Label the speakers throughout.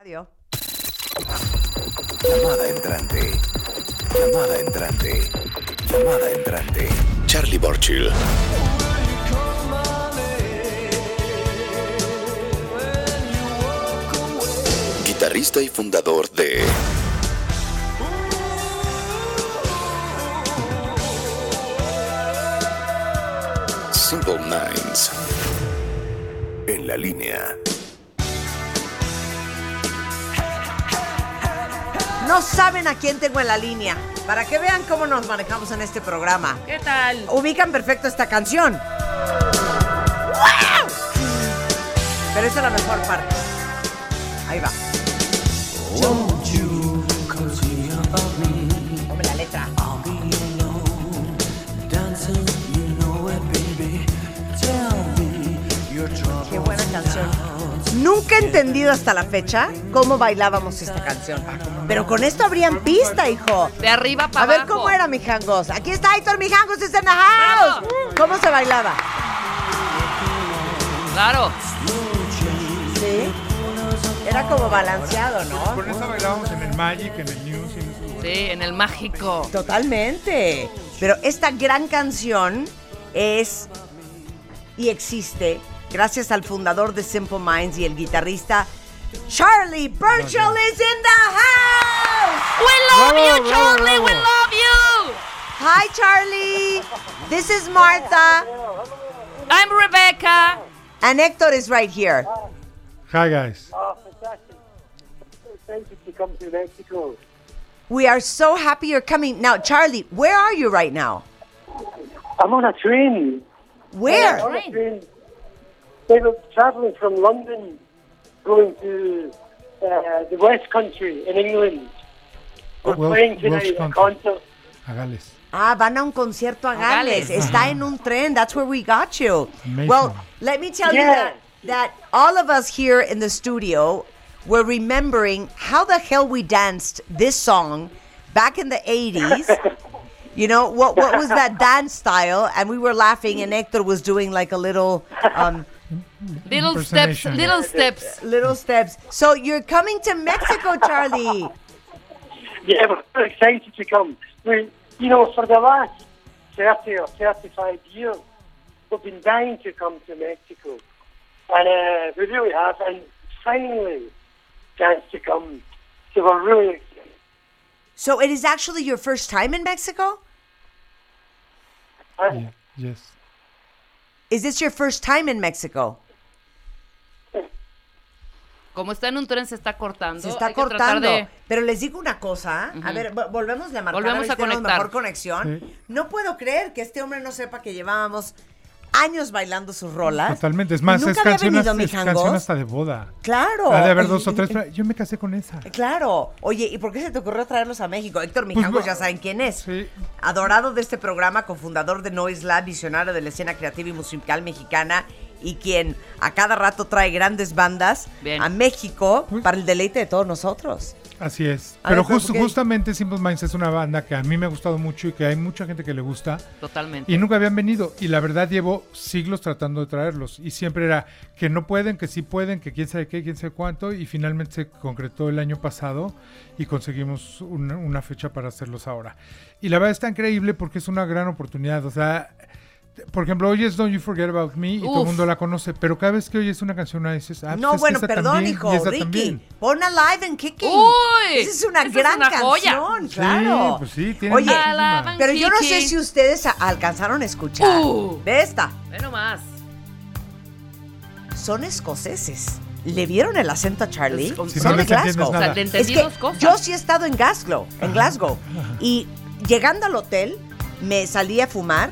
Speaker 1: Adiós.
Speaker 2: Llamada entrante. Llamada entrante. Llamada entrante. Charlie Borchil. Guitarrista y fundador de Simple Minds. En la línea.
Speaker 1: No saben a quién tengo en la línea. Para que vean cómo nos manejamos en este programa.
Speaker 3: ¿Qué tal?
Speaker 1: Ubican perfecto esta canción. ¡Guau! Pero esa es la mejor parte. Ahí va. Hombre, la letra. Qué buena canción. Nunca he entendido hasta la fecha cómo bailábamos esta canción. Pero con esto abrían pista, hijo.
Speaker 3: De arriba para
Speaker 1: A ver
Speaker 3: abajo.
Speaker 1: cómo era Mijangos. Aquí está Aitor Mijangos, está en la house.
Speaker 3: Bravo.
Speaker 1: ¿Cómo se bailaba?
Speaker 3: Claro.
Speaker 1: Sí. Era como balanceado, ¿no?
Speaker 4: Con esa bailábamos en el Magic, en el News, en el...
Speaker 3: Sí, en el mágico.
Speaker 1: Totalmente. Pero esta gran canción es y existe gracias al fundador de Simple Minds y el guitarrista Charlie Burchell is in the house.
Speaker 3: We love
Speaker 4: Bravo,
Speaker 3: you,
Speaker 4: bravo,
Speaker 3: Charlie.
Speaker 4: bravo.
Speaker 3: We love you.
Speaker 1: Hi Charlie. This is Martha
Speaker 3: I'm Rebecca.
Speaker 1: and Hector is right here.
Speaker 4: Hi, guys.
Speaker 5: Oh, fantastic. Thank you for coming to Mexico.
Speaker 1: We are so happy you're coming. Now, Charlie, where are you right now?
Speaker 5: I'm on a train.
Speaker 1: Where?
Speaker 5: On a train. They were travelling from London going to uh, the West Country in England. We're
Speaker 4: Wel-
Speaker 5: playing tonight
Speaker 4: Welsh
Speaker 5: at a
Speaker 4: country.
Speaker 5: concert.
Speaker 4: A Gales.
Speaker 1: Ah, van a un concierto a Gales.
Speaker 3: Gales.
Speaker 1: Está en un tren. That's where we got you.
Speaker 4: Amazing.
Speaker 1: Well, let me tell you
Speaker 5: Yeah.
Speaker 1: that, that all of us here in the studio were remembering how the hell we danced this song back in the 80s. You know what? What was that dance style? And we were laughing, and Hector was doing like a little, um,
Speaker 3: Little steps,
Speaker 4: Impersonation.
Speaker 3: little steps.
Speaker 1: little steps. So you're coming to Mexico, Charlie?
Speaker 5: Yeah, we're so excited to come. We, you know, for the last 30 or 35 years, we've been dying to come to Mexico. And uh, we really have. And finally, chance to come. So we're really excited.
Speaker 1: So it is actually your first time in Mexico.
Speaker 5: Uh,
Speaker 4: Yeah, yes.
Speaker 1: Is this your first time in Mexico?
Speaker 3: Como está en un tren, se está cortando.
Speaker 1: Se está
Speaker 3: Hay que tratar
Speaker 1: cortando.
Speaker 3: de-
Speaker 1: Pero les digo una cosa. A ver, vo- volvemos a marcar.
Speaker 3: Volvemos
Speaker 1: ver
Speaker 3: a
Speaker 1: si tenemos
Speaker 3: conectar.
Speaker 1: mejor conexión.
Speaker 4: Sí.
Speaker 1: No puedo creer que este hombre no sepa que llevábamos años bailando sus rolas.
Speaker 4: Totalmente. Es más,
Speaker 1: Y nunca
Speaker 4: es, canción,
Speaker 1: había venido
Speaker 4: hasta, es
Speaker 1: Mijangos.
Speaker 4: canción hasta de boda.
Speaker 1: Claro.
Speaker 4: Ha de haber dos o tres. pero Yo me casé con esa.
Speaker 1: Claro. Oye, ¿y por qué se te ocurrió traerlos a México? Héctor Mijangos
Speaker 4: va-
Speaker 1: ya saben quién es.
Speaker 4: Pues Sí.
Speaker 1: Adorado de este programa, cofundador de Noise Lab, visionario de la escena creativa y musical mexicana y quien a cada rato trae grandes bandas
Speaker 3: Bien.
Speaker 1: a México
Speaker 4: Pues-
Speaker 1: para el deleite de todos nosotros.
Speaker 4: Así es.
Speaker 1: A
Speaker 4: Pero
Speaker 1: ver,
Speaker 4: justo-
Speaker 1: ¿por qué?
Speaker 4: justamente Simple Minds es una banda que a mí me ha gustado mucho y que hay mucha gente que le gusta.
Speaker 3: Totalmente.
Speaker 4: Y nunca habían venido. Y la verdad llevo siglos tratando de traerlos. Y siempre era que no pueden, que sí pueden, que quién sabe qué, quién sabe cuánto. Y finalmente se concretó el año pasado y conseguimos una, una fecha para hacerlos ahora. Y la verdad está increíble porque es una gran oportunidad. O sea, por ejemplo, hoy es Don't You Forget About Me y todo
Speaker 3: Uf.
Speaker 4: el mundo la conoce. Pero cada vez que oyes una canción, una dices,
Speaker 1: No,
Speaker 4: ah, pues es que
Speaker 1: bueno,
Speaker 4: esa
Speaker 1: perdón,
Speaker 4: también, y
Speaker 1: hijo,
Speaker 4: esa
Speaker 1: Ricky.
Speaker 4: también.
Speaker 1: Pon Alive and Kicking.
Speaker 3: Uy,
Speaker 1: Esa es una
Speaker 3: esa es
Speaker 1: gran
Speaker 3: una joya.
Speaker 1: canción,
Speaker 4: Sí,
Speaker 1: claro.
Speaker 4: pues sí, tiene
Speaker 1: Oye,
Speaker 4: muchísima.
Speaker 3: Alaban-
Speaker 1: pero yo no sé
Speaker 3: Kicking.
Speaker 1: si ustedes a- alcanzaron a escuchar
Speaker 3: Uh.
Speaker 1: de esta.
Speaker 3: Ve nomás.
Speaker 1: Son escoceses. ¿Le vieron el acento a Charlie?
Speaker 3: Es-
Speaker 1: Son
Speaker 3: Sí,
Speaker 4: no
Speaker 1: de
Speaker 4: les entiendes
Speaker 1: Glasgow.
Speaker 3: O sea,
Speaker 4: nada.
Speaker 3: le
Speaker 1: Es
Speaker 3: entendí
Speaker 1: que
Speaker 3: dos cosas.
Speaker 1: yo sí he estado en Glasgow, en Glasgow. Y llegando al hotel, me salí a fumar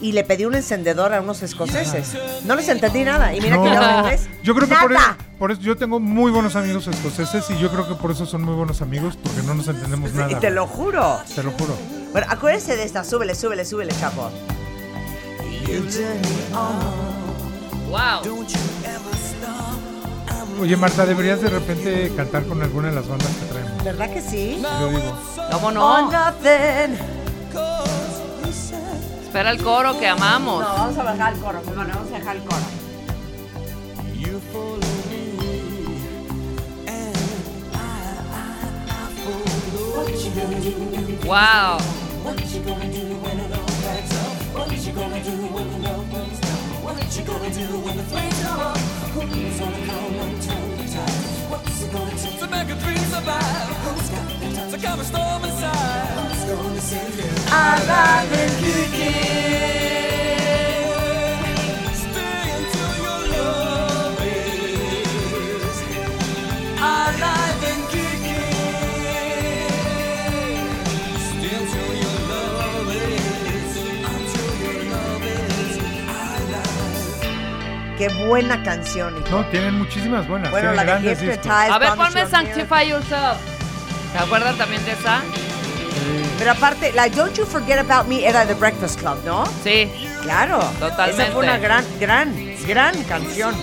Speaker 1: y le pedí un encendedor a unos escoceses. No les entendí nada. Y mira que
Speaker 4: No.
Speaker 1: yo hablo inglés.
Speaker 4: Yo creo que
Speaker 1: nada.
Speaker 4: por eso, por eso yo tengo muy buenos amigos escoceses y yo creo que por eso son muy buenos amigos porque no nos entendemos
Speaker 1: Y
Speaker 4: nada.
Speaker 1: te lo juro.
Speaker 4: Te lo juro.
Speaker 1: Bueno, acuérdense de esta. Súbele, súbele, súbele, chapo.
Speaker 3: Wow.
Speaker 4: Oye Marta, deberías de repente cantar con alguna de las bandas que traemos.
Speaker 1: ¿Verdad que sí?
Speaker 4: Yo digo,
Speaker 3: ¿Cómo
Speaker 1: Oh,
Speaker 3: no?
Speaker 1: nothing.
Speaker 3: Espera el coro que amamos.
Speaker 1: No, vamos a bajar el coro, perdón, vamos a dejar el coro.
Speaker 3: Wow.
Speaker 1: Qué buena canción. hijo.
Speaker 4: No, tienen muchísimas buenas.
Speaker 1: Bueno,
Speaker 4: tienen
Speaker 1: la de
Speaker 4: grandes discos.
Speaker 1: Hypnotize.
Speaker 3: A ver,
Speaker 1: Promise
Speaker 3: ponme
Speaker 1: You're
Speaker 3: Sanctify Yourself. ¿Te acuerdas también de esa?
Speaker 1: Near. Pero aparte, la Don't You Forget About Me era de Breakfast Club, ¿no?
Speaker 3: Sí.
Speaker 1: Claro.
Speaker 3: Totalmente.
Speaker 1: Esa fue una gran, gran, gran canción.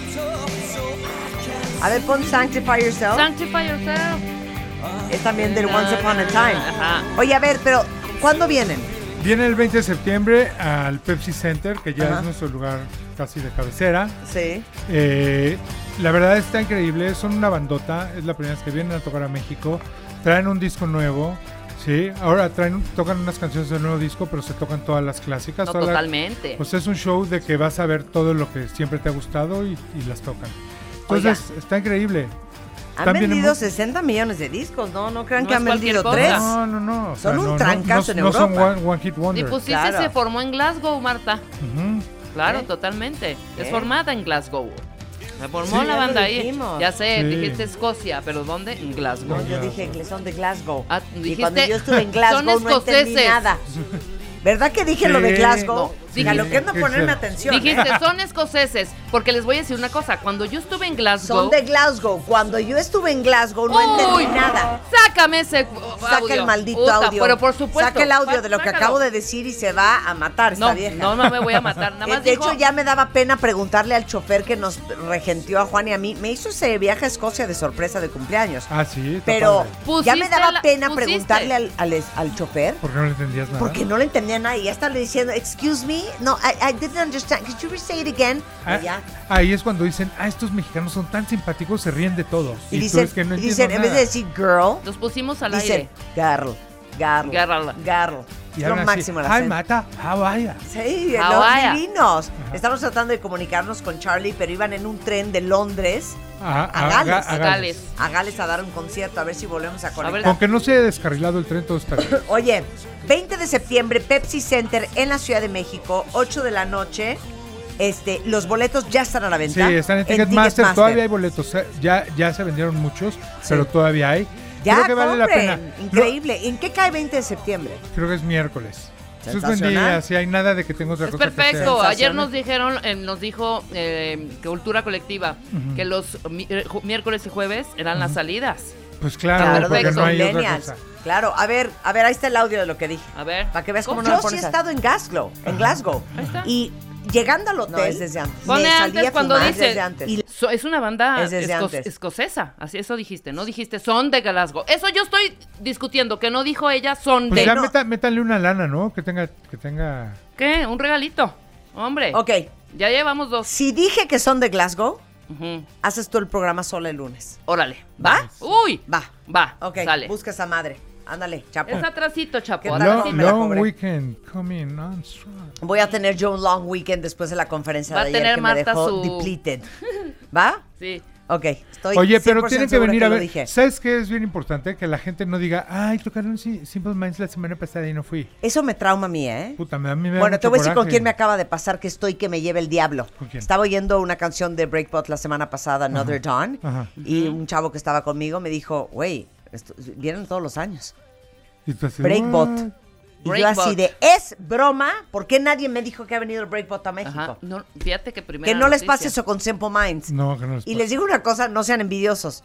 Speaker 1: A ver, pon Sanctify Yourself.
Speaker 3: Sanctify Yourself. Ah,
Speaker 1: es también del Oh. Once Upon a Time.
Speaker 3: Ajá.
Speaker 1: Oye, a ver, pero ¿cuándo vienen?
Speaker 4: Viene el 20 de septiembre al Pepsi Center, que ya
Speaker 1: Ajá.
Speaker 4: es nuestro lugar casi de cabecera.
Speaker 1: Sí.
Speaker 4: Eh, la verdad está increíble, son una bandota, es la primera vez que vienen a tocar a México, traen un disco nuevo, sí, ahora traen, tocan unas canciones del nuevo disco, pero se tocan todas las clásicas.
Speaker 3: No,
Speaker 4: todas las-
Speaker 3: totalmente.
Speaker 4: pues es un show de que vas a ver todo lo que siempre te ha gustado y, y las tocan. Entonces, está increíble.
Speaker 1: Han
Speaker 4: También
Speaker 1: vendido
Speaker 4: hemos-
Speaker 1: 60 millones de discos, ¿no? No crean
Speaker 3: No
Speaker 1: que
Speaker 3: es
Speaker 1: han vendido
Speaker 3: cualquier
Speaker 1: tres.
Speaker 3: cosa.
Speaker 4: No, no, no. o sea,
Speaker 1: Son un
Speaker 4: no, no,
Speaker 1: trancazo
Speaker 4: no-
Speaker 1: en
Speaker 4: no son
Speaker 1: Europa. pues.
Speaker 4: one, one hit
Speaker 3: Y
Speaker 4: wonder.
Speaker 3: pusiste,
Speaker 1: Claro.
Speaker 3: se formó en Glasgow, Marta.
Speaker 4: Ujú.
Speaker 3: Claro,
Speaker 1: ¿Eh?
Speaker 3: totalmente.
Speaker 1: ¿Eh?
Speaker 3: Es formada en Glasgow. Se formó
Speaker 4: Sí,
Speaker 3: la
Speaker 1: ya
Speaker 3: banda
Speaker 1: lo
Speaker 3: ahí.
Speaker 1: dijimos.
Speaker 3: Ya sé,
Speaker 4: Sí.
Speaker 3: dijiste Escocia, pero ¿dónde? En Glasgow.
Speaker 1: No, yo
Speaker 4: Ya,
Speaker 1: dije que son de Glasgow.
Speaker 3: Ah,
Speaker 1: y
Speaker 3: dijiste,
Speaker 1: cuando yo estuve en
Speaker 3: son
Speaker 1: Glasgow no entendí
Speaker 3: escoceses.
Speaker 1: nada. ¿Verdad que dije lo de
Speaker 4: Sí.
Speaker 1: Glasgow?
Speaker 4: No,
Speaker 1: Diga,
Speaker 3: sí.
Speaker 1: lo que es no
Speaker 4: Sí,
Speaker 1: ponerme
Speaker 4: sí.
Speaker 1: atención. ¿eh?
Speaker 3: Dijiste, son escoceses. Porque les voy a decir una cosa. Cuando yo estuve en Glasgow.
Speaker 1: Son de Glasgow. Cuando yo estuve en Glasgow no
Speaker 3: ¡Uy!
Speaker 1: entendí nada.
Speaker 3: Sácame ese
Speaker 1: Saca el maldito
Speaker 3: Puta,
Speaker 1: audio.
Speaker 3: Pero por supuesto.
Speaker 1: Saca el audio de lo que
Speaker 3: Sácalo.
Speaker 1: acabo de decir y se va a matar esta
Speaker 3: No,
Speaker 1: vieja.
Speaker 3: no, no me voy a matar. Nada
Speaker 1: Eh,
Speaker 3: más
Speaker 1: de
Speaker 3: dijo,
Speaker 1: hecho, ya me daba pena preguntarle al chofer que nos regenteó a Juan y a mí. Me hizo ese viaje a Escocia de sorpresa de cumpleaños.
Speaker 4: Ah, sí. está
Speaker 1: pero
Speaker 4: padre.
Speaker 1: ya me
Speaker 3: Pusiste
Speaker 1: daba
Speaker 3: la-
Speaker 1: pena
Speaker 3: pusiste.
Speaker 1: preguntarle al, al es- al chofer
Speaker 4: ¿Por qué no le entendías nada?
Speaker 1: porque no le entendía nada. Y ya estaba diciendo, excuse me, no, I, I didn't understand. Could you say it again? Y
Speaker 4: Ah,
Speaker 1: ya.
Speaker 4: Ahí es cuando dicen, ah, estos mexicanos son tan simpáticos, se ríen de todos.
Speaker 1: Y,
Speaker 4: tú
Speaker 1: dicen,
Speaker 4: es que no
Speaker 1: y
Speaker 4: entiendo
Speaker 1: dicen en vez de
Speaker 4: nada.
Speaker 1: decir girl,
Speaker 3: Los pusimos al
Speaker 1: dicen
Speaker 3: aire.
Speaker 1: girl, girl,
Speaker 3: Girl.
Speaker 1: girl.
Speaker 4: Y
Speaker 1: Es lo
Speaker 4: hablan así,
Speaker 1: máximo el
Speaker 4: Ay,
Speaker 1: acento.
Speaker 4: mata, ah, vaya.
Speaker 1: Sí,
Speaker 3: Hawái.
Speaker 1: los divinos. Estamos tratando de comunicarnos con Charlie, pero iban en un tren de Londres
Speaker 4: A,
Speaker 1: A Gales.
Speaker 4: Ga- a
Speaker 3: Gales.
Speaker 1: a Gales a dar un concierto, a ver si volvemos a
Speaker 3: ver,
Speaker 1: conectar.
Speaker 4: Aunque no se haya descarrilado el tren, todo está bien.
Speaker 1: Oye, 20 de septiembre, Pepsi Center en la Ciudad de México, 8 de la noche. Este, los boletos ya están a la
Speaker 4: Sí,
Speaker 1: venta.
Speaker 4: están en Ticketmaster, todavía hay boletos. eh, Ya, ya se vendieron muchos, pero todavía hay.
Speaker 1: Ya,
Speaker 4: Creo que vale la pena.
Speaker 1: compren.
Speaker 4: No,
Speaker 1: Increíble. ¿En qué cae 20 de septiembre?
Speaker 4: creo que es miércoles. Eso es
Speaker 1: Sensacional.
Speaker 4: buen día, si hay nada de que tengo otra
Speaker 3: Es
Speaker 4: cosa que hacer.
Speaker 3: perfecto. Ayer nos dijeron, eh, nos dijo eh, que Cultura Colectiva que los mi- eh, ju- miércoles y jueves eran las salidas.
Speaker 4: Pues claro,
Speaker 3: Claro,
Speaker 4: porque
Speaker 3: perfecto.
Speaker 4: no hay otra
Speaker 1: millennials.
Speaker 4: cosa.
Speaker 1: Claro, a ver, a ver, ahí está el audio de lo que dije.
Speaker 3: A ver.
Speaker 1: Para que veas cómo
Speaker 3: ¿Cómo?
Speaker 1: no
Speaker 3: Yo
Speaker 1: sí he estado en Glasgow, en Glasgow.
Speaker 3: está.
Speaker 1: Y llegando al hotel,
Speaker 6: es desde antes.
Speaker 1: me
Speaker 3: Pone
Speaker 1: salí
Speaker 3: antes
Speaker 1: a
Speaker 3: cuando
Speaker 1: fumar.
Speaker 3: dice.
Speaker 1: Desde antes.
Speaker 3: y so- es una banda
Speaker 1: Es desde
Speaker 3: esco-
Speaker 1: antes.
Speaker 3: escocesa. Así eso dijiste. No dijiste son de Glasgow. Eso yo estoy discutiendo. Que no dijo ella son
Speaker 4: Pues
Speaker 3: de.
Speaker 4: ya
Speaker 1: no.
Speaker 4: meta- métanle una lana, ¿no? Que tenga, que tenga.
Speaker 3: ¿Qué? Un regalito. Hombre.
Speaker 1: Ok,
Speaker 3: Ya llevamos dos.
Speaker 1: si dije que son de Glasgow,
Speaker 3: Ujú.
Speaker 1: haces tú el programa sola el lunes.
Speaker 3: Órale.
Speaker 1: ¿Va?
Speaker 3: Uy.
Speaker 1: Va.
Speaker 3: Va.
Speaker 1: Ok,
Speaker 3: Sale.
Speaker 1: busca esa madre. Ándale, chapo.
Speaker 3: Es atrasito, chapo.
Speaker 1: ¿Qué tal?
Speaker 4: Long,
Speaker 1: Ahora sí
Speaker 3: atrasito.
Speaker 1: me la
Speaker 4: long
Speaker 1: cobré.
Speaker 4: weekend coming on strong.
Speaker 1: Voy a tener yo un long weekend después de la conferencia
Speaker 3: Va
Speaker 1: de
Speaker 3: a
Speaker 1: ayer
Speaker 3: tener
Speaker 1: que me
Speaker 3: Marta
Speaker 1: dejó
Speaker 3: su-
Speaker 1: depleted. ¿Va?
Speaker 3: Sí.
Speaker 1: Ok, estoy
Speaker 4: Oye, pero
Speaker 1: 100%
Speaker 4: tienen que
Speaker 1: segura
Speaker 4: venir a
Speaker 1: lo
Speaker 4: ver.
Speaker 1: dije.
Speaker 4: ¿Sabes qué es bien importante? Que la gente no diga, ay, tocaron Si- Simple Minds la semana pasada y no fui.
Speaker 1: Eso me trauma a mí, ¿eh?
Speaker 4: Puta, me- a mí me da
Speaker 1: Bueno, te
Speaker 4: mucho
Speaker 1: voy a decir con
Speaker 4: coraje.
Speaker 1: quién me acaba de pasar que estoy que me lleve el diablo.
Speaker 4: ¿Con quién?
Speaker 1: Estaba oyendo una canción de Breakbot la semana pasada, Another Dawn,
Speaker 4: ajá.
Speaker 1: y un chavo que estaba conmigo me dijo, güey, esto- vienen todos los años.
Speaker 4: Y tú así,
Speaker 1: Breakbot.
Speaker 4: "What?".
Speaker 1: Y
Speaker 3: Breakbot.
Speaker 1: yo así de, es broma, ¿por qué nadie me dijo que ha venido el Breakbot a México?
Speaker 3: Ajá. No, fíjate que primero.
Speaker 1: que no les pase eso con Simple Minds.
Speaker 4: No, que no les
Speaker 1: Y
Speaker 4: pasa.
Speaker 1: les digo una cosa, no sean envidiosos.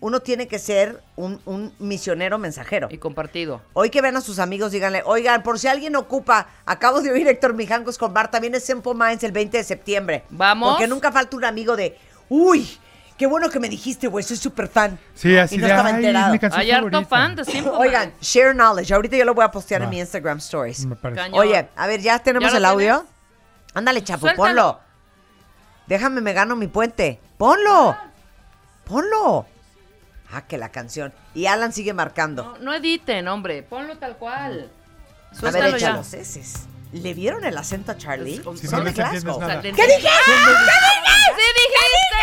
Speaker 1: Uno tiene que ser un, un misionero mensajero.
Speaker 3: Y compartido.
Speaker 1: Hoy que vean a sus amigos, díganle, oigan, por si alguien ocupa, acabo de oír Héctor Mijangos con Marta, viene Simple Minds el 20 de septiembre.
Speaker 3: Vamos.
Speaker 1: Porque nunca falta un amigo de, uy, qué bueno que me dijiste, güey, soy súper fan.
Speaker 4: Sí, así
Speaker 1: y no
Speaker 4: de,
Speaker 1: estaba
Speaker 4: "Ay, es
Speaker 1: enterado.
Speaker 4: mi canción
Speaker 3: Hay harto
Speaker 4: favorita".
Speaker 3: fan de Simple
Speaker 1: Oigan,
Speaker 3: Man.
Speaker 1: share knowledge. Ahorita yo lo voy a postear
Speaker 4: Va.
Speaker 1: en mi Instagram Stories.
Speaker 4: Me parece.
Speaker 3: Cañón.
Speaker 1: Oye, a ver, ¿ya tenemos
Speaker 3: ¿Ya
Speaker 1: el
Speaker 3: lo
Speaker 1: audio? Ándale, chapo,
Speaker 3: Suéltalo.
Speaker 1: ponlo.
Speaker 3: Ah.
Speaker 1: Déjame, me gano mi puente. Ponlo. Ponlo. Ah, que la canción. Y Alan sigue marcando.
Speaker 3: No, no editen, hombre. Ponlo tal cual.
Speaker 1: a ver,
Speaker 3: Suéltalo ya.
Speaker 1: échalos. Ese es- ¿Le vieron el acento a Charlie?
Speaker 3: Pues,
Speaker 4: Si
Speaker 1: Son
Speaker 4: no
Speaker 1: de
Speaker 4: les entiendes
Speaker 1: Glasgow.
Speaker 4: nada.
Speaker 3: ¿Qué
Speaker 1: ¿Qué dije?
Speaker 3: ¡Sí dijiste!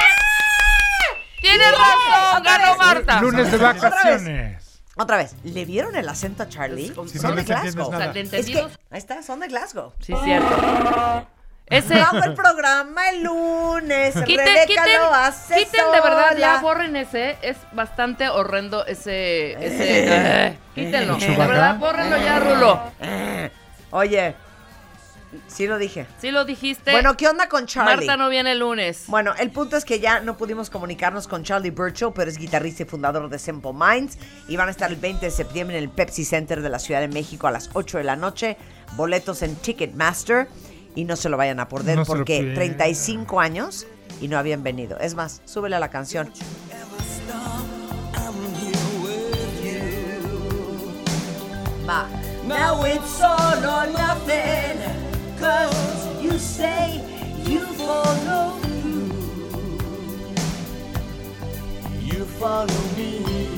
Speaker 3: ¡Tienes razón!
Speaker 1: Otra
Speaker 3: ¡Ganó
Speaker 1: vez.
Speaker 3: Marta!
Speaker 4: Lunes de
Speaker 1: Otra vez.
Speaker 4: vacaciones.
Speaker 1: Otra vez. ¿Le vieron el acento a Charlie?
Speaker 3: Pues,
Speaker 4: Si
Speaker 1: Son
Speaker 4: no
Speaker 1: de
Speaker 4: les entiendes
Speaker 1: Glasgow.
Speaker 3: O sea,
Speaker 4: nada.
Speaker 3: ¿le
Speaker 1: Es que,
Speaker 3: entendimos?
Speaker 1: ahí está, son de Glasgow.
Speaker 3: Sí, cierto. Ese...
Speaker 1: Vamos el programa el lunes. Rebeca
Speaker 3: Quiten, quiten,
Speaker 1: lo hace
Speaker 3: quiten de verdad,
Speaker 1: sola.
Speaker 3: ya borren ese. Es bastante horrendo ese. ese eh, quítenlo. De
Speaker 4: Chubaca.
Speaker 3: verdad, bórrenlo ya, Rulo.
Speaker 1: Oye, sí lo dije.
Speaker 3: Sí lo dijiste.
Speaker 1: Bueno, ¿qué onda con Charlie?
Speaker 3: Marta no viene el lunes.
Speaker 1: Pues, Bueno, el punto es que ya no pudimos comunicarnos con Charlie Birchall, pero es guitarrista y fundador de Simple Minds. Y van a estar el 20 de septiembre en el Pepsi Center de la Ciudad de México a las 8 de la noche. Boletos en Ticketmaster. Y no se lo vayan a perder
Speaker 4: No se lo
Speaker 1: porque
Speaker 4: pierdan.
Speaker 1: 35 años y no habían venido. Es más, súbele a la canción. Va. Now it's all or nothing, 'cause you say you follow you. You follow me.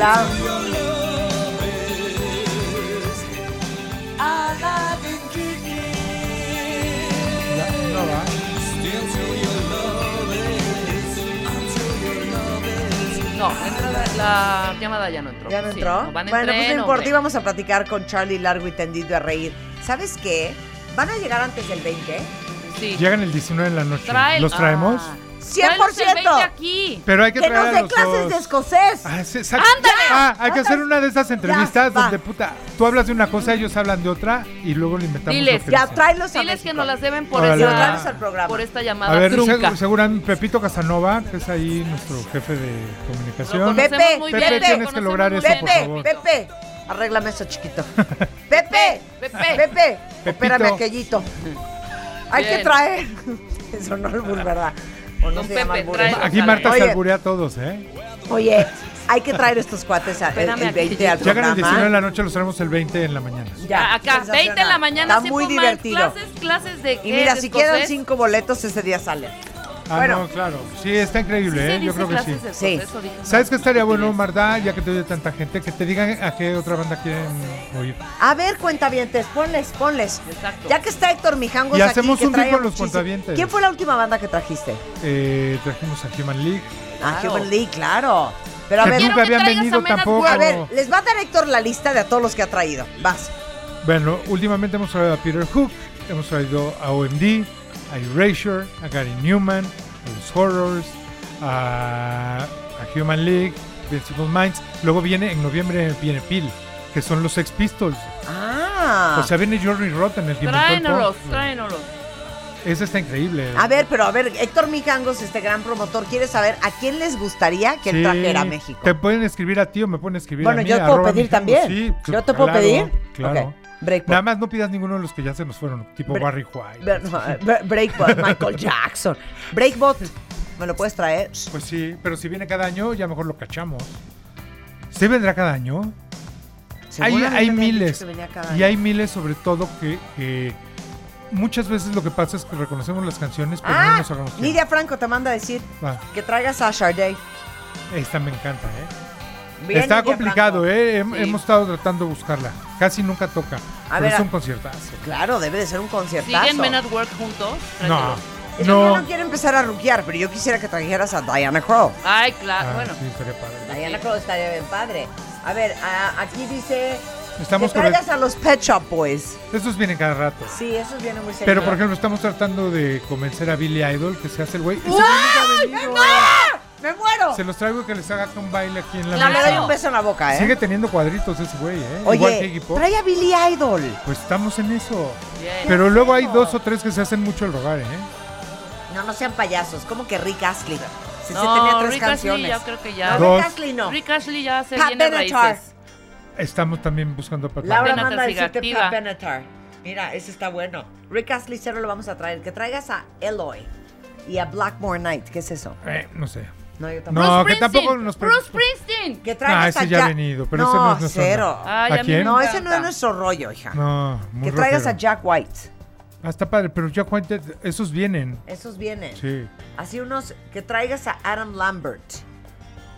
Speaker 1: Love.
Speaker 4: No va.
Speaker 3: No, la entrada- la llamada ya no entró.
Speaker 1: ¿Ya no
Speaker 3: Sí,
Speaker 1: entró?
Speaker 3: van en
Speaker 1: bueno,
Speaker 3: tren,
Speaker 1: pues no importa,
Speaker 3: hombre.
Speaker 1: íbamos a platicar con Charlie largo y tendido a reír. ¿Sabes qué? ¿Van a llegar antes del 20?
Speaker 3: Sí.
Speaker 4: Llegan el 19 en la noche.
Speaker 3: Trae-
Speaker 4: ¿Los traemos?
Speaker 3: Ah.
Speaker 1: 100%.
Speaker 3: Tráelos el 20 aquí.
Speaker 4: Pero hay que,
Speaker 1: ¡Que
Speaker 4: traer
Speaker 1: nos
Speaker 4: a
Speaker 1: dé
Speaker 4: los
Speaker 1: clases
Speaker 4: dos.
Speaker 1: de escocés!
Speaker 4: Ah, sí, exacto.
Speaker 3: ¡Ándale!
Speaker 4: Ah, hay que hacer una de esas entrevistas
Speaker 1: va.
Speaker 4: donde puta, tú hablas de una cosa, ellos hablan de otra y luego le inventamos. lo
Speaker 3: Diles,
Speaker 4: que
Speaker 1: ya,
Speaker 4: dicen.
Speaker 1: tráelos a
Speaker 3: Diles que
Speaker 1: México.
Speaker 3: nos las deben por
Speaker 4: Órale.
Speaker 3: esa-
Speaker 1: Tráelos al programa.
Speaker 3: Por esta
Speaker 4: A
Speaker 3: llamada
Speaker 4: ver,
Speaker 3: trunca.
Speaker 4: seg- seguramente Pepito Casanova, que es ahí nuestro jefe de
Speaker 3: Lo
Speaker 4: comunicación.
Speaker 1: Pepe,
Speaker 3: conocemos muy
Speaker 4: Pepe,
Speaker 3: bien,
Speaker 1: tienes
Speaker 3: lo
Speaker 4: que
Speaker 3: conocemos
Speaker 4: lograr
Speaker 3: muy
Speaker 4: eso,
Speaker 3: bien.
Speaker 4: por
Speaker 1: Pepe,
Speaker 4: favor.
Speaker 1: Pepe, arréglame eso, chiquito. Pepe,
Speaker 3: Pepe.
Speaker 1: Pepe, opérame
Speaker 4: Pepito.
Speaker 1: aquellito. Hay
Speaker 3: Bien.
Speaker 1: que traer. Eso no es albur, ¿verdad? O no
Speaker 3: Don
Speaker 1: se llama
Speaker 3: Pepe,
Speaker 1: albur.
Speaker 3: tráelo.
Speaker 4: Aquí Marta se
Speaker 1: Oye.
Speaker 4: alburea a todos, ¿eh?
Speaker 1: Oye, hay que traer estos cuates a- el,
Speaker 3: Espérame
Speaker 1: el 20 al
Speaker 4: Llegan el 19 de
Speaker 1: programa.
Speaker 4: la noche, los traemos el 20 en la mañana.
Speaker 1: Ya,
Speaker 3: Acá, 20 en la
Speaker 1: sensacional.
Speaker 3: mañana.
Speaker 1: Está
Speaker 3: sí,
Speaker 1: muy
Speaker 3: Puma,
Speaker 1: divertido.
Speaker 3: Clases, clases de
Speaker 1: Y
Speaker 3: qué,
Speaker 1: mira,
Speaker 3: de
Speaker 1: si quedan
Speaker 3: escocés.
Speaker 1: cinco boletos, ese día sale.
Speaker 4: Ah,
Speaker 1: Bueno.
Speaker 4: no, claro. Sí, está increíble,
Speaker 3: ¿Sí se
Speaker 4: ¿eh? Yo
Speaker 3: dice
Speaker 4: creo que sí.
Speaker 3: clases de escocés
Speaker 1: Sí.
Speaker 3: o dije-
Speaker 4: ¿Sabes qué estaría bueno, Marta, ya que te oye tanta gente, que te digan a qué otra banda quieren oír?
Speaker 1: A ver, cuentavientes, ponles, ponles.
Speaker 3: Exacto.
Speaker 1: Ya que está Héctor Mijangos
Speaker 4: Y
Speaker 1: aquí,
Speaker 4: hacemos
Speaker 1: que
Speaker 4: un tour
Speaker 1: trae a
Speaker 4: con los
Speaker 1: muchísimo-
Speaker 4: cuentavientes.
Speaker 1: ¿Quién fue la última banda que trajiste?
Speaker 4: Eh, trajimos a Human League.
Speaker 1: Ah,
Speaker 3: Claro.
Speaker 1: Human League, claro. Pero a
Speaker 4: que
Speaker 1: ver,
Speaker 3: Quiero
Speaker 4: nunca
Speaker 3: que
Speaker 4: habían
Speaker 3: traigas a
Speaker 4: venido
Speaker 3: Menas
Speaker 4: tampoco.
Speaker 3: Guardia.
Speaker 1: a ver, les va a dar Héctor la lista de a todos los que ha traído. Vas.
Speaker 4: Bueno, últimamente hemos traído a Peter Hook, hemos traído a OMD, a Erasure, a Gary Newman, a los Horrors, a, a Human League, Invincible Minds. Luego viene, en noviembre viene Peel, que son los Sex Pistols.
Speaker 1: Ah.
Speaker 4: O sea, viene Jory Rotten, el que inventó el
Speaker 3: Tráenolos,
Speaker 4: punk.
Speaker 3: tráenolos.
Speaker 4: Ese está increíble.
Speaker 1: a ver, pero a ver, Héctor Mijangos, este gran promotor, quiere saber a quién les gustaría que él
Speaker 4: Sí.
Speaker 1: trajera a México.
Speaker 4: Te pueden escribir a ti o me pueden escribir
Speaker 1: Bueno,
Speaker 4: a mí.
Speaker 1: yo te puedo
Speaker 4: arroba
Speaker 1: pedir
Speaker 4: México.
Speaker 1: también.
Speaker 4: Sí, pues,
Speaker 1: yo te puedo
Speaker 4: claro,
Speaker 1: pedir.
Speaker 4: Claro.
Speaker 1: Ok, Breakpoint.
Speaker 4: Nada más no pidas ninguno de los que ya se nos fueron, tipo
Speaker 1: Bre-
Speaker 4: Barry White.
Speaker 1: Ver- no, eh, bre- Breakbot, Michael Jackson. Breakbot, ¿me lo puedes traer?
Speaker 4: Pues sí, pero si viene cada año, ya mejor lo cachamos. ¿Se vendrá cada año? Hay,
Speaker 1: Seguramente me
Speaker 4: hay
Speaker 1: han dicho
Speaker 4: miles.
Speaker 1: que venía ¿eh? cada
Speaker 4: Y
Speaker 1: año.
Speaker 4: hay miles sobre todo que, que muchas veces lo que pasa es que reconocemos las canciones, pero no
Speaker 1: Ah,
Speaker 4: nos hagamos tiempo.
Speaker 1: Nidia Franco te manda a decir
Speaker 4: Ah,
Speaker 1: que traigas a Sharday.
Speaker 4: esta me encanta, ¿eh?
Speaker 1: Bien,
Speaker 4: Está
Speaker 1: Nidia
Speaker 4: complicado,
Speaker 1: Franco.
Speaker 4: ¿eh? Hem-
Speaker 3: Sí.
Speaker 4: Hemos estado tratando de buscarla. Casi nunca toca. pero
Speaker 1: ver,
Speaker 4: es
Speaker 1: a-
Speaker 4: un conciertazo.
Speaker 1: Claro, debe de ser un conciertazo.
Speaker 3: ¿Siguen Men at Work juntos?
Speaker 4: No,
Speaker 3: Tráetelos.
Speaker 1: Es que
Speaker 4: no.
Speaker 1: Yo no quiero empezar a ruquear, pero yo quisiera que trajeras a Diana Crow.
Speaker 3: Ay,
Speaker 4: Ah,
Speaker 3: claro, bueno.
Speaker 4: sí, estaría padre.
Speaker 1: Diana Crow estaría bien padre. A ver, a- aquí dice
Speaker 4: Estamos
Speaker 1: que traigas a los Pet Shop Boys.
Speaker 4: Esos vienen cada rato.
Speaker 1: Sí, esos vienen muy seguidos.
Speaker 4: Pero, por ejemplo, estamos tratando de convencer a Billy Idol que se hace el güey. Ese güey nunca ha
Speaker 1: ¡Ay, me
Speaker 4: venido.
Speaker 1: muero! ¡Me muero!
Speaker 4: Se los traigo que les haga un baile aquí en la
Speaker 3: Claro.
Speaker 1: Le doy un
Speaker 4: mesa.
Speaker 1: beso en la boca, ¿eh?
Speaker 4: Sigue teniendo cuadritos ese güey, ¿eh? Igual que Iggy
Speaker 1: Oye,
Speaker 4: Pop.
Speaker 1: trae a Billy Idol.
Speaker 4: Pues estamos en eso.
Speaker 3: Bien.
Speaker 4: Pero luego hay dos o tres que se hacen mucho el rogar, ¿eh?
Speaker 1: No, no sean payasos. ¿Como que Rick Astley? Si se
Speaker 3: No,
Speaker 1: tenía tres
Speaker 3: Rick Astley
Speaker 1: canciones.
Speaker 3: ya creo que
Speaker 1: No,
Speaker 3: ya.
Speaker 4: Dos.
Speaker 1: Rick Astley no.
Speaker 3: Rick Ashley ya se
Speaker 1: Pat
Speaker 3: viene
Speaker 1: Benatar.
Speaker 3: raíces.
Speaker 4: Estamos también buscando para
Speaker 1: Laura
Speaker 3: Penatar
Speaker 1: manda decirte
Speaker 3: Sigativa.
Speaker 1: Pat Benatar. Mira, ese está bueno. Rick Astley Cero lo vamos a traer. Que traigas a Eloy y a Blackmore Knight. ¿Qué es eso?
Speaker 4: Eh, no sé.
Speaker 1: No, yo tampoco.
Speaker 4: No,
Speaker 3: Bruce
Speaker 4: que tampoco
Speaker 3: Springsteen,
Speaker 4: nos pre-
Speaker 3: Bruce Springsteen.
Speaker 1: Que traigas
Speaker 4: Ah, ese
Speaker 1: a
Speaker 4: ya ha
Speaker 1: Jack-
Speaker 4: venido, pero ese no es nuestro
Speaker 1: cero.
Speaker 4: onda.
Speaker 3: Ay,
Speaker 4: ¿A
Speaker 3: a mí
Speaker 4: quién?
Speaker 1: No, ese no
Speaker 3: Ah, encanta.
Speaker 1: es nuestro rollo, hija.
Speaker 4: No, muy
Speaker 1: que traigas
Speaker 4: rockero.
Speaker 1: a Jack White.
Speaker 4: Ah, está padre, pero Jack White, esos vienen.
Speaker 1: Esos vienen.
Speaker 4: Sí.
Speaker 1: Así unos que traigas a Adam Lambert.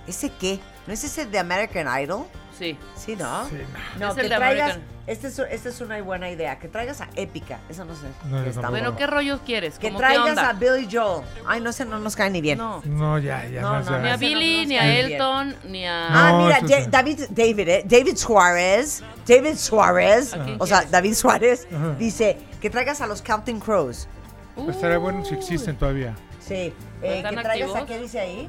Speaker 1: ¿Ese qué? ¿No es ese de American Idol?
Speaker 3: Sí.
Speaker 1: Sí, ¿no?
Speaker 4: Sí,
Speaker 1: No,
Speaker 3: Es
Speaker 1: que
Speaker 3: el de
Speaker 1: traigas.
Speaker 3: American.
Speaker 1: Esta es, esta es una buena idea. Que traigas a Épica. Esa no sé.
Speaker 4: No,
Speaker 1: qué
Speaker 4: yo
Speaker 1: está bueno.
Speaker 4: tampoco.
Speaker 3: Bueno, ¿qué rollos quieres?
Speaker 1: Que
Speaker 3: ¿Cómo qué
Speaker 1: traigas
Speaker 3: onda?
Speaker 1: a Billy Joel. Ay, no sé, no nos cae ni bien.
Speaker 3: No.
Speaker 4: No, ya, ya.
Speaker 1: No,
Speaker 4: más,
Speaker 1: no,
Speaker 4: ya.
Speaker 3: Ni a
Speaker 1: Ese
Speaker 3: Billy,
Speaker 1: nos
Speaker 3: ni
Speaker 1: cae
Speaker 3: a
Speaker 1: bien.
Speaker 3: Elton, ni a.
Speaker 1: Ah,
Speaker 4: No,
Speaker 1: mira,
Speaker 4: eso
Speaker 1: Ja-
Speaker 4: sí.
Speaker 1: David, David, eh, David Suárez, David Suárez,
Speaker 3: ¿A quién
Speaker 1: o sea,
Speaker 3: quieres?
Speaker 1: David Suárez
Speaker 4: Ajá.
Speaker 1: dice que traigas a los Counting Crows.
Speaker 4: Pues estaría bueno si existen todavía.
Speaker 1: Sí.
Speaker 3: ¿Pero
Speaker 1: Eh, que
Speaker 3: están
Speaker 1: traigas a
Speaker 3: activos?
Speaker 1: qué dice ahí?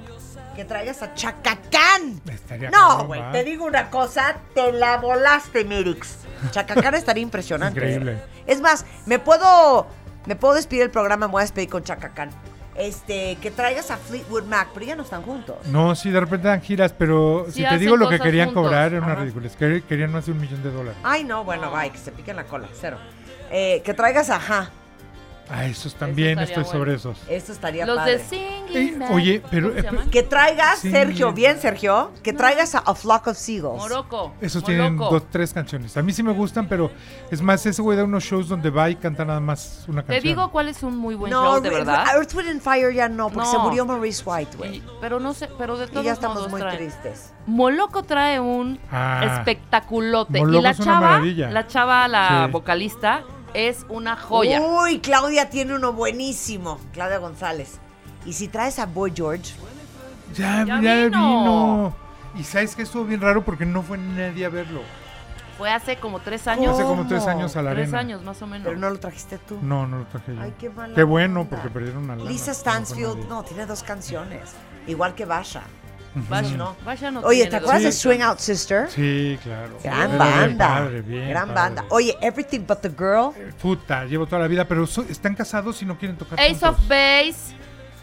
Speaker 1: Que traigas a Chacacán.
Speaker 4: Estaría
Speaker 1: No,
Speaker 4: cabrón,
Speaker 1: güey,
Speaker 4: ¿va?
Speaker 1: te digo una cosa, te la volaste, Mirix. Chacacán estaría impresionante. ¿eh?
Speaker 4: Increíble.
Speaker 1: Es más, me puedo, me puedo despedir el programa, me voy a despedir con Chacacán. Este, que traigas a Fleetwood Mac, pero ya no están juntos.
Speaker 4: No, sí, de repente dan giras, pero
Speaker 3: Sí
Speaker 4: si te
Speaker 3: hacen
Speaker 4: digo lo que
Speaker 3: cosas
Speaker 4: querían
Speaker 3: juntos.
Speaker 4: cobrar era una
Speaker 1: Ajá.
Speaker 4: ridícula. que- Querían más de un millón de dólares.
Speaker 1: Ay, no, bueno, bye, que se piquen la cola, cero. Eh, que traigas ajá,
Speaker 4: Ah, esos también,
Speaker 3: estaría
Speaker 4: estoy
Speaker 3: bueno.
Speaker 4: sobre esos.
Speaker 1: eso estaría
Speaker 3: Los
Speaker 1: padre.
Speaker 3: de Singing.
Speaker 4: Eh,
Speaker 3: Man.
Speaker 4: oye, pero-
Speaker 3: ¿Cómo se
Speaker 4: eh,
Speaker 3: llaman?
Speaker 1: Que traigas,
Speaker 4: Sí.
Speaker 1: Sergio, bien, Sergio, que traigas a, A Flock of Seagulls.
Speaker 3: Morocco.
Speaker 4: Esos
Speaker 3: Morocco.
Speaker 4: tienen dos, tres canciones. A mí sí me gustan, pero es más, ese güey da unos shows donde va y canta nada más una
Speaker 3: Te
Speaker 4: canción.
Speaker 3: digo cuál es un muy buen
Speaker 1: no,
Speaker 3: show, de
Speaker 1: Re-
Speaker 3: verdad.
Speaker 1: Earth, Wind and Fire ya no, porque
Speaker 3: No.
Speaker 1: se murió Maurice White, güey.
Speaker 3: Y- pero no sé, pero de
Speaker 1: Y,
Speaker 3: todos
Speaker 1: ya estamos
Speaker 3: modos
Speaker 1: muy
Speaker 3: traen.
Speaker 1: tristes.
Speaker 3: Moloco trae un
Speaker 4: Ah.
Speaker 3: espectaculote.
Speaker 4: Moloco
Speaker 3: y la
Speaker 4: es una
Speaker 3: chava,
Speaker 4: maravilla.
Speaker 3: la chava, la
Speaker 4: Sí.
Speaker 3: vocalista, es una joya.
Speaker 1: Uy, Claudia tiene uno buenísimo, Claudia González. Y si traes a Boy George,
Speaker 4: Ya, ya,
Speaker 3: Ya
Speaker 4: vino.
Speaker 3: vino.
Speaker 4: Y sabes que estuvo bien raro porque no fue nadie a verlo.
Speaker 3: Fue hace como tres años.
Speaker 4: Hace como
Speaker 1: ¿Cómo?
Speaker 4: tres años a la
Speaker 3: tres
Speaker 4: arena.
Speaker 3: años más o menos.
Speaker 1: pero no lo trajiste tú.
Speaker 4: No, no lo traje yo.
Speaker 1: Ay, qué mala
Speaker 4: bueno,
Speaker 1: onda.
Speaker 4: porque perdieron a
Speaker 1: Lisa Stansfield, no, tiene dos canciones, igual que Basha.
Speaker 3: Vaya,
Speaker 1: no.
Speaker 3: Vaya no
Speaker 1: Oye,
Speaker 3: tiene
Speaker 1: ¿te
Speaker 3: dos
Speaker 1: acuerdas de
Speaker 3: canciones.
Speaker 1: Swing Out Sister?
Speaker 4: Sí, claro.
Speaker 1: Gran
Speaker 4: Era bien
Speaker 1: banda.
Speaker 4: padre, bien
Speaker 1: gran
Speaker 4: padre. Eh,
Speaker 1: banda. Oye, Everything But the Girl.
Speaker 4: Puta, llevo toda la vida, pero so- están casados y no quieren tocar
Speaker 3: Ace of
Speaker 4: juntos.
Speaker 3: Base.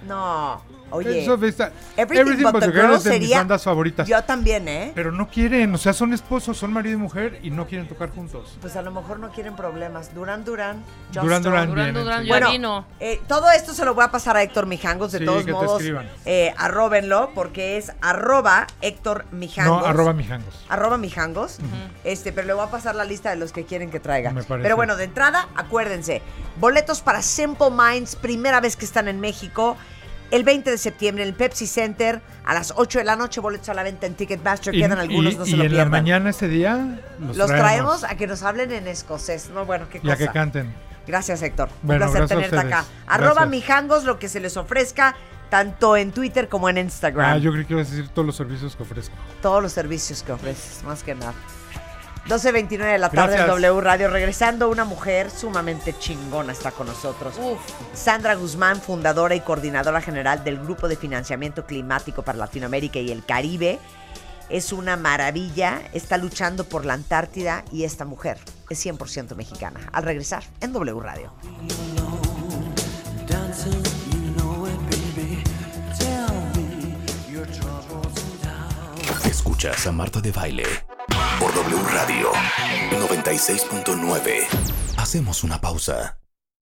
Speaker 1: No. Oye.
Speaker 4: Ace of Base. está-
Speaker 1: Everything, But, the, Girl,
Speaker 4: es de
Speaker 1: sería.
Speaker 4: mis bandas favoritas.
Speaker 1: Yo también, ¿eh?
Speaker 4: Pero no quieren, o sea, son esposos, son marido y mujer y no quieren tocar juntos.
Speaker 1: Pues a lo mejor no quieren problemas. Duran Duran. Just
Speaker 4: Duran
Speaker 1: Strong.
Speaker 4: Duran
Speaker 3: Duran
Speaker 4: viene,
Speaker 3: Duran
Speaker 4: sí.
Speaker 3: ya
Speaker 1: Bueno,
Speaker 3: vino.
Speaker 1: eh, todo esto se lo voy a pasar a Héctor Mijangos, de
Speaker 4: Sí,
Speaker 1: todos
Speaker 4: que te
Speaker 1: modos.
Speaker 4: escriban.
Speaker 1: eh, arróbenlo, porque es arroba Héctor Mijangos.
Speaker 4: No, arroba mijangos.
Speaker 1: arroba mijangos. Este, pero le voy a pasar la lista de los que quieren que traiga.
Speaker 4: Me parece.
Speaker 1: Pero bueno, de entrada, acuérdense, boletos para Simple Minds, primera vez que están en México. El 20 de septiembre en el Pepsi Center a las 8 de la noche, boletos a la venta en Ticketmaster, quedan algunos, no
Speaker 4: y
Speaker 1: se lo
Speaker 4: en
Speaker 1: pierdan.
Speaker 4: la mañana ese día los,
Speaker 1: Los traemos a que nos hablen en escocés. No, bueno, qué
Speaker 4: y
Speaker 1: cosa.
Speaker 4: a que canten.
Speaker 1: Gracias, Héctor.
Speaker 4: Bueno,
Speaker 1: Un placer
Speaker 4: gracias a
Speaker 1: tenerte acá.
Speaker 4: ustedes.
Speaker 1: Arroba
Speaker 4: Gracias.
Speaker 1: mijangos lo que se les ofrezca, tanto en Twitter como en Instagram.
Speaker 4: Ah, yo creo que ibas a decir todos los servicios que ofrezco.
Speaker 1: todos los servicios que ofreces, más que nada. 12.29 de la tarde en
Speaker 4: Gracias.
Speaker 1: W Radio. Regresando, una mujer sumamente chingona está con nosotros.
Speaker 3: Uf.
Speaker 1: Sandra Guzmán, fundadora y coordinadora general del Grupo de Financiamiento Climático para Latinoamérica y el Caribe. Es una maravilla, está luchando por la Antártida y esta mujer es 100% mexicana. Al regresar en W Radio.
Speaker 6: Dancing, you know it, baby. Tell me your troubles and doubts.
Speaker 2: Escuchas a Marta de Baile por W Radio 96.9. Hacemos una pausa.